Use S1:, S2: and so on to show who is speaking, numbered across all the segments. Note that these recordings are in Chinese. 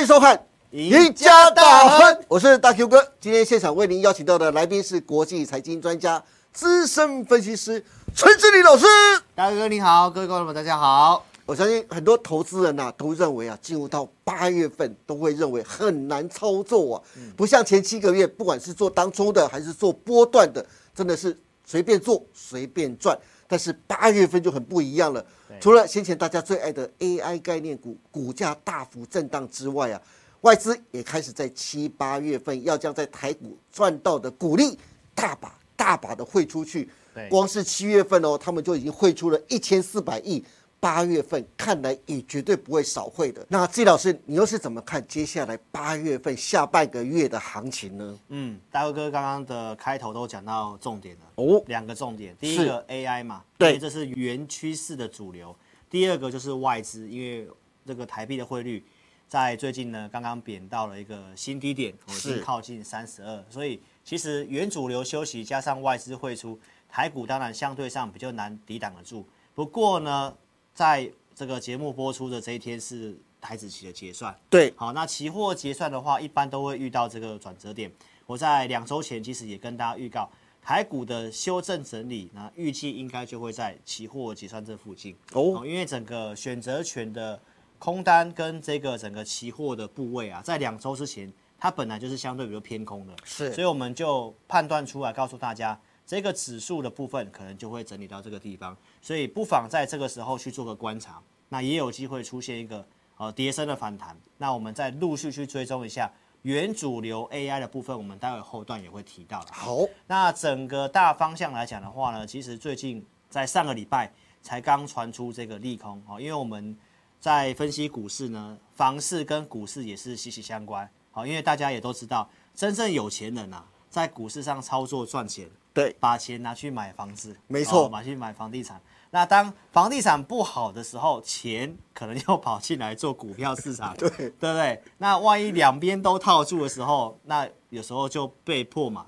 S1: 迎收看《赢家大亨》，我是大 Q 哥。今天现场为您邀请到的来宾是国际财经专家、资深分析师陈志林老师。
S2: 大哥你好，各位观众们大家好。
S1: 我相信很多投资人呐、都认为啊，进入到八月份都会认为很难操作啊，不像前七个月，不管是做当冲的还是做波段的，真的是随便做随便赚。但是八月份就很不一样了，除了先前大家最爱的 AI 概念股股价大幅震荡之外啊，外资也开始在七八月份要将在台股赚到的股利大把大把的汇出去
S2: 对。
S1: 光是七月份哦，他们就已经汇出了一千四百亿，八月份看来也绝对不会少汇的。那季老师，你又是怎么看接下来八月份下半个月的行情呢？
S2: 嗯，大哥哥刚刚的开头都讲到重点了，
S1: 哦，
S2: 两个重点，第一
S1: 是
S2: 个 AI 嘛，
S1: 对
S2: 因为这是原趋势的主流；第二个就是外资，因为这个台币的汇率在最近呢刚刚贬到了一个新低点，哦已
S1: 是
S2: 经靠近三十二，所以其实原主流休息加上外资汇出，台股当然相对上比较难抵挡得住。不过呢，在这个节目播出的这一天是台子期的结算，
S1: 对，
S2: 好，那期货结算的话，一般都会遇到这个转折点。我在两周前其实也跟大家预告，台股的修正整理，那预计应该就会在期货结算这附近。
S1: 哦，
S2: 哦，因为整个选择权的空单跟这个整个期货的部位啊，在两周之前，它本来就是相对比较偏空的，
S1: 是
S2: 所以我们就判断出来，告诉大家这个指数的部分可能就会整理到这个地方，所以不妨在这个时候去做个观察，那也有机会出现一个呃跌升的反弹，那我们再陆续去追踪一下。原主流 AI 的部分，我们待会后段也会提到了。
S1: 好，
S2: 那整个大方向来讲的话呢，其实最近在上个礼拜才刚传出这个利空哦，因为我们在分析股市呢，房市跟股市也是息息相关。好，因为大家也都知道，真正有钱人啊，在股市上操作赚钱，
S1: 对，
S2: 把钱拿去买房子，
S1: 没错
S2: 哦拿去买房地产。那当房地产不好的时候，钱可能又跑进来做股票市 场，对对不对？那万一两边都套住的时候，那有时候就被迫嘛，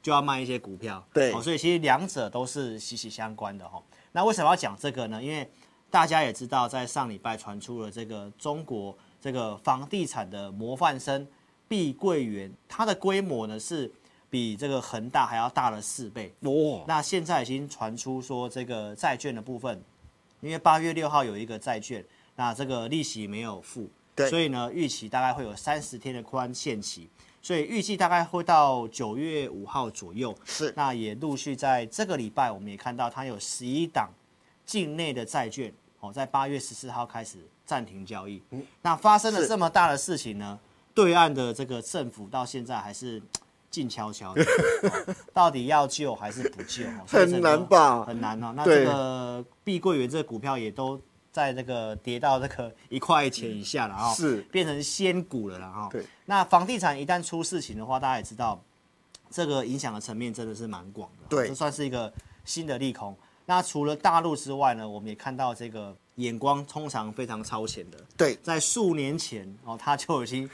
S2: 就要卖一些股票，
S1: 对
S2: 哦所以其实两者都是息息相关的哈、哦。那为什么要讲这个呢？因为大家也知道，在上礼拜传出了这个中国这个房地产的模范生碧桂园，它的规模呢是比这个恒大还要大了四倍。
S1: 哦，
S2: 那现在已经传出说这个债券的部分，因为八月六号有一个债券，那这个利息没有付，
S1: 对
S2: 所以呢预期大概会有三十天的宽限期，所以预计大概会到九月五号左右。
S1: 是
S2: 那也陆续在这个礼拜，我们也看到它有十一档境内的债券哦，在八月十四号开始暂停交易。那发生了
S1: 嗯是
S2: 这么大的事情呢，对岸的这个政府到现在还是静悄悄 的，哦到底要救还是不救？哦所以
S1: 很
S2: 这个
S1: 难吧
S2: 很难哦。那
S1: 对
S2: 这个碧桂园这个股票也都在那个跌到那个一块钱以下了啊、哦，
S1: 是
S2: 变成仙股了啦哈、哦。
S1: 对，
S2: 那房地产一旦出事情的话，大家也知道，这个影响的层面真的是蛮广的。哦
S1: 对
S2: 这算是一个新的利空。那除了大陆之外呢，我们也看到这个眼光通常非常超前的，
S1: 对，
S2: 在数年前哦，他就已经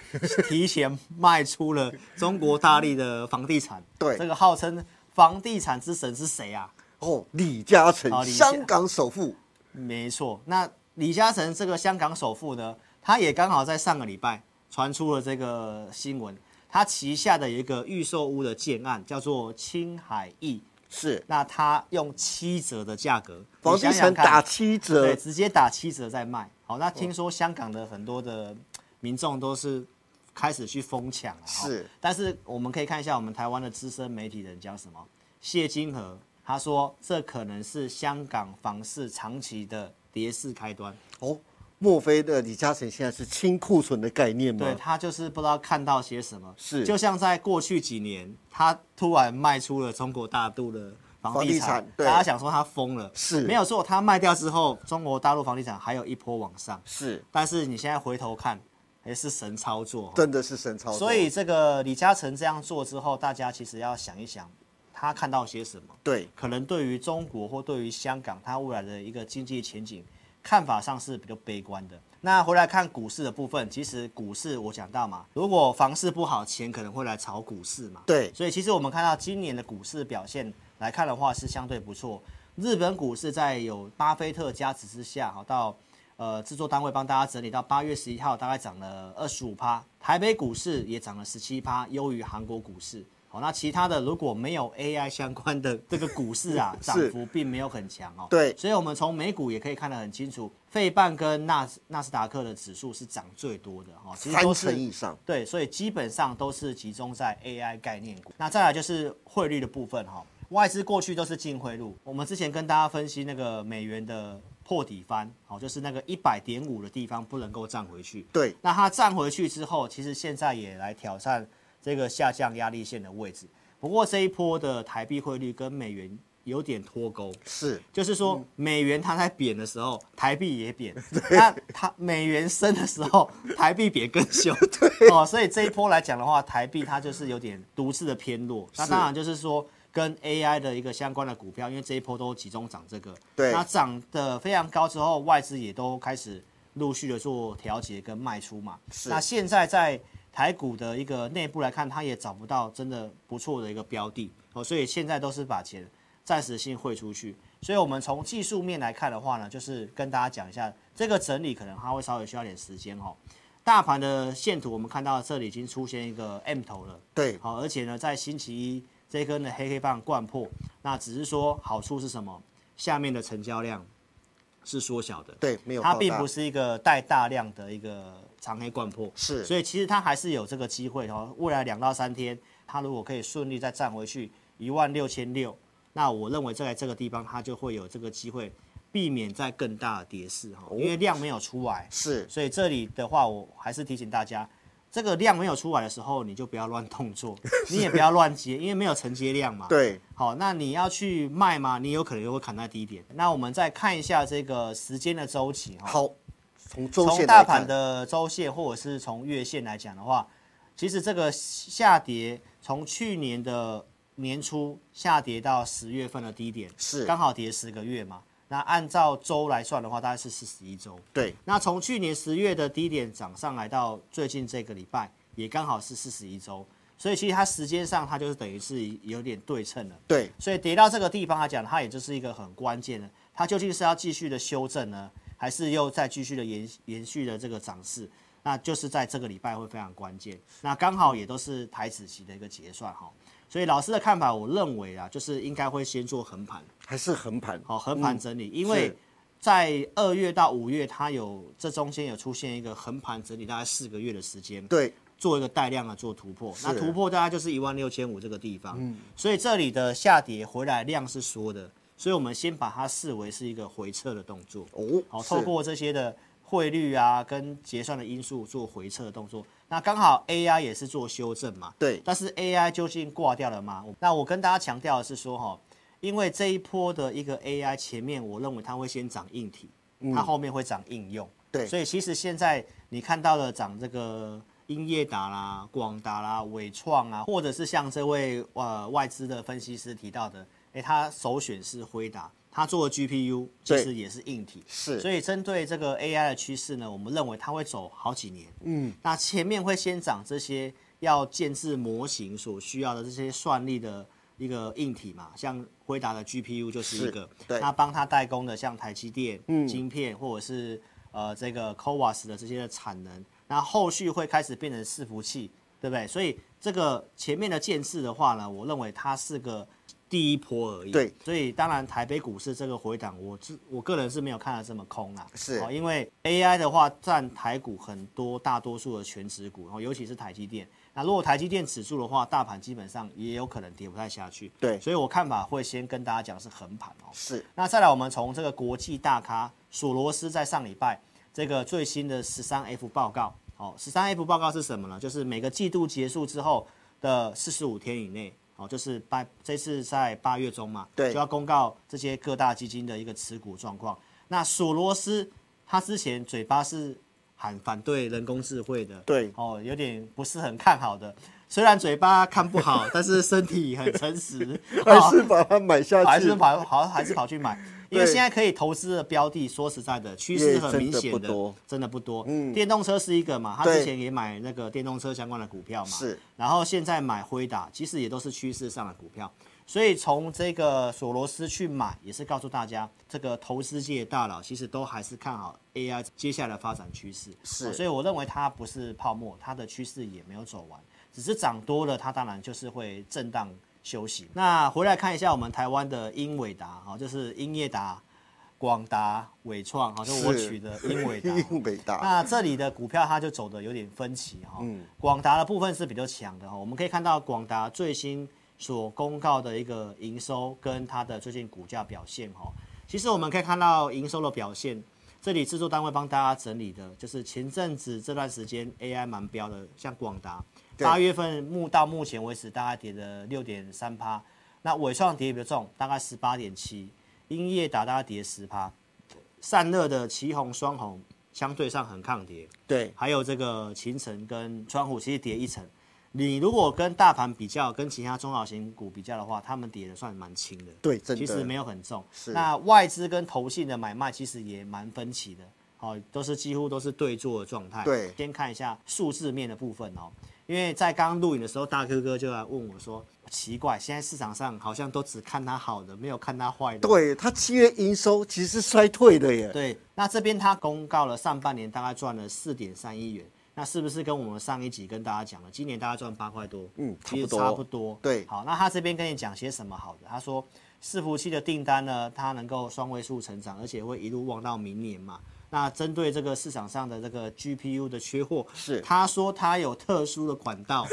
S2: 提前卖出了中国大力的房地产。
S1: 对
S2: 这个号称房地产之神是谁啊？
S1: 哦，李嘉诚
S2: 好，李嘉
S1: 香港首富，
S2: 没错，那李嘉诚这个香港首富呢，他也刚好在上个礼拜传出了这个新闻，他旗下的有一个预售屋的建案叫做青海逸，
S1: 是
S2: 那他用七折的价格，
S1: 房
S2: 你
S1: 地
S2: 想
S1: 产
S2: 想看
S1: 打七折
S2: 对，，直接打七折再卖。好，
S1: 哦
S2: 那听说香港的很多的民众都是开始去疯抢了。哈
S1: 是，
S2: 但是我们可以看一下我们台湾的资深媒体人讲什么，谢金河他说这可能是香港房市长期的跌势开端。
S1: 哦，莫非的李嘉诚现在是清库存的概念
S2: 对
S1: 吗？
S2: 他就是不知道看到些什么，
S1: 是
S2: 就像在过去几年，他突然卖出了中国大陆的房
S1: 房
S2: 地
S1: 地
S2: 产
S1: 产，对
S2: 大家想说他疯了，
S1: 是
S2: 没有错，他卖掉之后，中国大陆房地产还有一波往上，
S1: 是，
S2: 但是你现在回头看，还是神操作哦。
S1: 真的是神操作。
S2: 所以这个李嘉诚这样做之后，大家其实要想一想，他看到些什么？
S1: 对，
S2: 可能对于中国或对于香港，它未来的一个经济前景看法上是比较悲观的。那回来看股市的部分，其实股市我讲到嘛，如果房市不好，钱可能会来炒股市嘛。
S1: 对
S2: 所以其实我们看到今年的股市表现来看的话，是相对不错。日本股市在有巴菲特加持之下，好到呃制作单位帮大家整理到八月十一号，大概涨了二十五趴，台北股市也涨了十七趴，优于韩国股市。好，那其他的如果没有 AI 相关的这个股 市啊，涨
S1: 是
S2: 幅并没有很强哦。
S1: 对
S2: 所以我们从美股也可以看得很清楚，费半跟纳斯纳斯达克的指数是涨最多的哦，其实
S1: 三
S2: 都是
S1: 成以上。
S2: 对，所以基本上都是集中在 AI 概念股。那再来就是汇率的部分哈，外资过去都是净汇入。我们之前跟大家分析那个美元的破底翻，好，就是那个一百点五的地方不能够站回去。
S1: 对，
S2: 那它站回去之后，其实现在也来挑战这个下降压力线的位置。不过这一波的台币汇率跟美元有点脱钩，
S1: 是
S2: 就是说美元它在贬的时候，台币也贬；那它美元升的时候，台币贬更凶。对哦，所以这一波来讲的话，台币它就是有点独自的偏弱。那当然就是说跟 AI 的一个相关的股票，因为这一波都集中涨这个，
S1: 对
S2: 那涨得非常高之后，外资也都开始陆续的做调节跟卖出嘛。
S1: 是
S2: 那现在在台股的一个内部来看，它也找不到真的不错的一个标的哦，所以现在都是把钱暂时性汇出去。所以我们从技术面来看的话呢，就是跟大家讲一下这个整理，可能它会稍微需要点时间哦。大盘的线图我们看到这里已经出现一个 M 头了，
S1: 对，
S2: 好，而且呢，在星期一这根的黑黑棒灌破，那只是说好处是什么？下面的成交量是缩小的，
S1: 对，没有
S2: 它
S1: 爆
S2: 并
S1: 大
S2: 不是一个带大量的一个长黑灌破，
S1: 是
S2: 所以其实它还是有这个机会哦。未来两到三天，它如果可以顺利再站回去一万六千六，那我认为在这个地方它就会有这个机会避免再更大的跌势哈，
S1: 哦
S2: 因为量没有出来，
S1: 是
S2: 所以这里的话，我还是提醒大家，这个量没有出来的时候，你就不要乱动 作，你也不要乱接，因为没有承接量嘛。。
S1: 对，
S2: 好，那你要去卖嘛，你有可能又会砍在低点。那我们再看一下这个时间的周期哦哈，
S1: 好，从周
S2: 从
S1: 线
S2: 大
S1: 来
S2: 盘
S1: 看，
S2: 的周线或者是从月线来讲的话，其实这个下跌从去年的年初下跌到十月份的低点，
S1: 是
S2: 刚好跌十个月嘛。那按照周来算的话，大概是四十一周。
S1: 对，
S2: 那从去年十月的低点涨上来到最近这个礼拜，也刚好是四十一周，所以其实它时间上它就是等于是有点对称了。
S1: 对，
S2: 所以跌到这个地方来讲，它也就是一个很关键的，它究竟是要继续的修正呢，还是又再继续的延延续的这个涨势？那就是在这个礼拜会非常关键。那刚好也都是台子期的一个结算哈，所以老师的看法，我认为啊，就是应该会先做横盘。
S1: 还是横盘。
S2: 好横盘整理，因为
S1: 是
S2: 在二月到五月，它有这中间有出现一个横盘整理，大概四个月的时间，
S1: 对，
S2: 做一个带量的做突破，那
S1: 是
S2: 突破大概就是一嗯万六千五这个地方，所以这里的下跌回来量是缩的，所以我们先把它视为是一个回撤的动作。
S1: 哦，
S2: 好，
S1: 是
S2: 透过这些的汇率啊跟结算的因素做回撤的动作。那刚好 AI 也是做修正嘛，
S1: 对
S2: 但是 AI 究竟挂掉了吗？那我跟大家强调的是说哈，因为这一波的一个 AI 前面，我认为它会先涨硬体，它后面会涨应用。
S1: 嗯对
S2: 所以其实现在你看到的涨这个英业达啦、广达啦、伟创啊，或者是像这位呃外资的分析师提到的，诶，他首选是辉达，他做的 GPU 其
S1: 对
S2: 实也是硬体。
S1: 是
S2: 所以针对这个 AI 的趋势呢，我们认为它会走好几年。嗯，那前面会先涨这些要建制模型所需要的这些算力的一个硬体嘛，像辉达的 GPU 就是一个，
S1: 是对嗯
S2: 那帮它代工的像台积电、晶片或者是呃这个 CoWAS 的这些的产能，那后续会开始变成伺服器，对不对？所以这个前面的建制的话呢，我认为它是个。第一波而已，
S1: 对，
S2: 所以当然台北股市这个回档，我自我个人是没有看得这么空啦，
S1: 是
S2: 哦因为 AI 的话占台股很多大多数的全指股，然哦后尤其是台积电，那如果台积电指数的话，大盘基本上也有可能跌不太下去，
S1: 对
S2: 所以我看法会先跟大家讲是横盘哦，
S1: 是
S2: 那再来，我们从这个国际大咖索罗斯在上礼拜这个最新的十三 F 报告，哦，十三 F 报告是什么呢？就是每个季度结束之后的四十五天以内，哦，就是八这次在八月中嘛，
S1: 对
S2: 就要公告这些各大基金的一个持股状况。那索罗斯他之前嘴巴是喊反对人工智慧的，
S1: 对
S2: 哦，有点不是很看好的。虽然嘴巴看 不好，但是身体很诚实，
S1: 还是把它买下去，
S2: 还是跑好还是跑去 买，因为
S1: 对
S2: 现在可以投资的标的，说实在的，趋势很明
S1: 也
S2: 显
S1: 真的不多嗯
S2: 真的不多。电动车是一个嘛，他
S1: 对
S2: 之前也买那个电动车相关的股票嘛，
S1: 是，
S2: 然后现在买辉达，其实也都是趋势上的股票。所以从这个索罗斯去买，也是告诉大家，这个投资界的大佬其实都还是看好 AI 接下来的发展趋势。哦
S1: 是
S2: 所以我认为它不是泡沫，它的趋势也没有走完，只是涨多了，它当然就是会震荡休息。那回来看一下我们台湾的英伟达，哈，就是英业达、广达、伟创，哈，就是我
S1: 是
S2: 取的 英伟达。
S1: 英伟达
S2: 那这里的股票它就走的有点分歧哈、广达的部分是比较强的哈、我们可以看到广达最新所公告的一个营收跟它的最近股价表现哈、其实我们可以看到营收的表现，这里制作单位帮大家整理的，就是前阵子这段时间 AI 蛮标的，像广达，八月份目到目前为止大概跌了六点三趴，那伟创跌比较重，大概十八点七，英业达大概跌十趴，散热的旗红双红相对上很抗跌，
S1: 对
S2: 还有这个秦城跟川湖其实跌一层。你如果跟大盘比较，跟其他中小型股比较的话，他们跌的算蛮轻的。
S1: 对，真的
S2: 其实没有很重。
S1: 是
S2: 那外资跟投信的买卖其实也蛮分歧的，哦，都是几乎都是对坐的状态。
S1: 对
S2: 先看一下数字面的部分哦，因为在刚刚录影的时候，大 Q 哥就来问我说，奇怪，现在市场上好像都只看它好的，没有看它坏的。
S1: 对，它七月营收其实是衰退的耶。
S2: 对，那这边它公告了上半年大概赚了四点三亿元，那是不是跟我们上一集跟大家讲了，今年大概赚八块多？
S1: 嗯差
S2: 其
S1: 不
S2: 实
S1: 多
S2: 差不多。
S1: 对
S2: 好，那他这边跟你讲些什么好的？他说伺服器的订单呢，它能够双位数成长，而且会一路望到明年嘛。那针对这个市场上的这个 GPU 的缺货，
S1: 是
S2: 他说他有特殊的管道，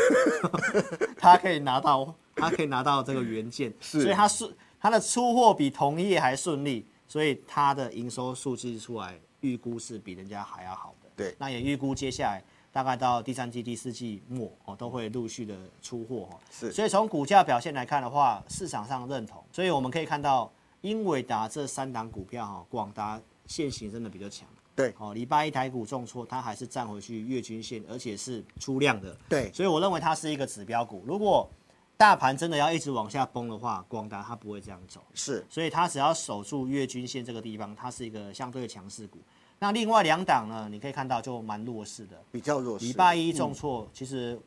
S2: 他可以拿到，他可以拿到这个原件，所以他顺他的出货比同业还顺利，所以他的营收数据出来预估是比人家还要好的。
S1: 对
S2: 那也预估接下来大概到第三季、第四季末哦，都会陆续的出货哦。
S1: 是
S2: 所以从股价表现来看的话，市场上认同，所以我们可以看到英伟达这三档股票哈、哦，广达现行真的比较强。
S1: 对
S2: 哦，礼拜一台股重挫，它还是站回去月均线，而且是出量的。
S1: 对
S2: 所以我认为它是一个指标股。如果大盘真的要一直往下崩的话，广达它不会这样走，
S1: 是
S2: 所以它只要守住月均线这个地方，它是一个相对强势股。那另外两档呢，你可以看到就蛮弱势的。
S1: 比较弱势。
S2: 礼拜一重挫，其实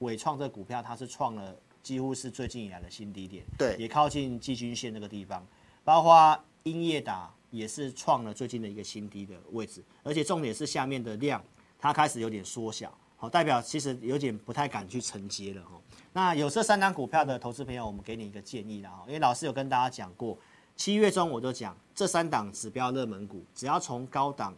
S2: 伟创这股票它是创了几乎是最近以来的新低点，
S1: 对
S2: 也靠近季均线这个地方，包括英业达也是创了最近的一个新低的位置，而且重点是下面的量它开始有点缩小，好、代表其实有点不太敢去承接了哈、哦。那有这三档股票的投资朋友，我们给你一个建议啦哈、哦，因为老师有跟大家讲过，七月中我就讲这三档指标热门股，只要从高档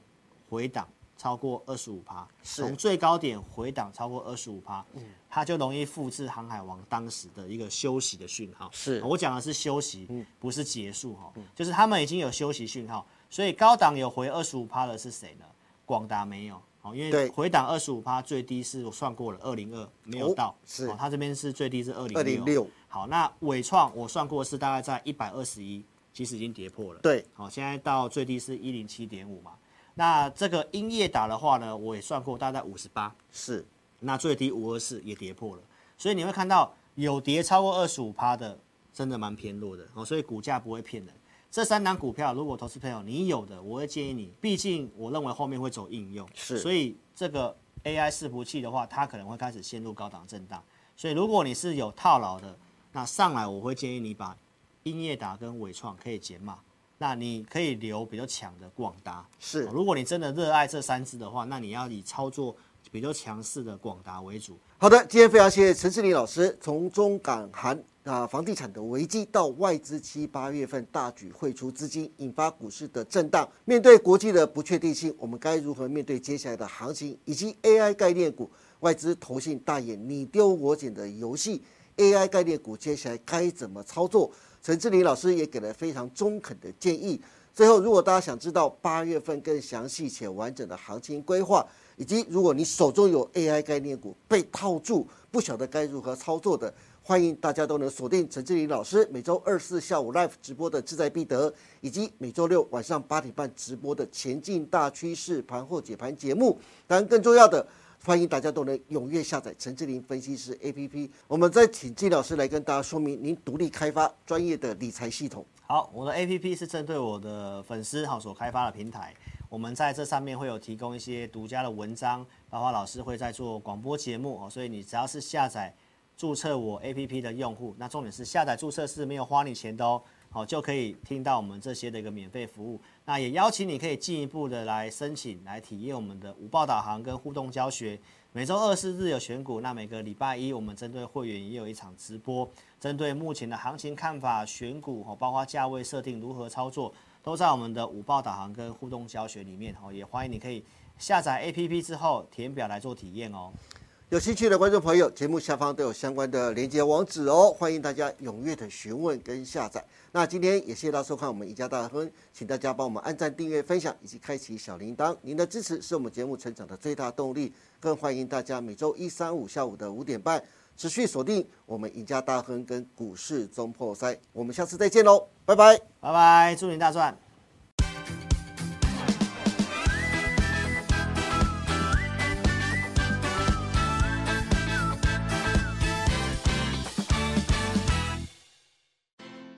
S2: 回档超过二十五趴，
S1: 是嗯
S2: 从最高点回档超过二十五趴，它就容易复制航海王当时的一个休息的讯号。
S1: 是嗯
S2: 我讲的是休息，不是结束哈，就是他们已经有休息讯号，所以高档有回二十五趴的是谁呢？广达没有。哦，因
S1: 对
S2: 为回档二十五趴最低是我算过了二零二没有
S1: 哦
S2: 到，
S1: 是
S2: 哦它这边是最低是二零
S1: 206
S2: 好，那伟创我算过是大概在一百二十一，其实已经跌破了。
S1: 对，
S2: 好、现在到最低是一零七点五嘛。那这个英业达的话呢，我也算过大概五十八，
S1: 是
S2: 那最低五二四也跌破了，所以你会看到有跌超过二十五趴的，真的蛮偏弱的哦，所以股价不会骗人。这三档股票，如果投资朋友你有的，我会建议你，毕竟我认为后面会走应用，
S1: 是
S2: 所以这个 AI 伺服器的话，它可能会开始陷入高档震荡，所以如果你是有套牢的，那上来我会建议你把英业达跟伟创可以减码，那你可以留比较强的广达，
S1: 是
S2: 哦如果你真的热爱这三只的话，那你要以操作比较强势的广达为主。
S1: 好的，今天非常谢谢陈世林老师，从中港韩啊房地产的危机到外资七八月份大举汇出资金，引发股市的震荡。面对国际的不确定性，我们该如何面对接下来的行情，以及 AI 概念股外资投信大眼你丢我捡的游戏，AI 概念股接下来该怎么操作？陈志林老师也给了非常中肯的建议。最后，如果大家想知道八月份更详细且完整的行情规划，以及如果你手中有 AI 概念股被套住，不晓得该如何操作的，欢迎大家都能锁定陈志林老师每周二四下午 live 直播的《志在必得》，以及每周六晚上八点半直播的《前进大趋势盘后解盘》节目。当然，更重要的。欢迎大家都能踊跃下载陈志玲分析师 APP。我们再请季老师来跟大家说明您独立开发专业的理财系统。
S2: 好，我的 APP 是针对我的粉丝好所开发的平台，我们在这上面会有提供一些独家的文章，包括老师会在做广播节目哦，所以你只要是下载注册我 APP 的用户，那重点是下载注册是没有花你钱的哦，好就可以听到我们这些的一个免费服务。那也邀请你可以进一步的来申请，来体验我们的无报导航跟互动教学。每周二、四日有选股，那每个礼拜一我们针对会员也有一场直播，针对目前的行情看法、选股哦，包括价位设定、如何操作，都在我们的五报导航跟互动教学里面哦。也欢迎你可以下载 APP 之后填表来做体验哦。
S1: 有兴趣的观众朋友，节目下方都有相关的连接网址哦，欢迎大家踊跃的询问跟下载。那今天也谢谢大家收看我们赢家大亨，请大家帮我们按赞、订阅、分享以及开启小铃铛，您的支持是我们节目成长的最大动力。更欢迎大家每周一、三、五下午的五点半持续锁定我们赢家大亨跟股市中破塞，我们下次再见喽，拜拜。
S2: 拜拜，祝您大赚！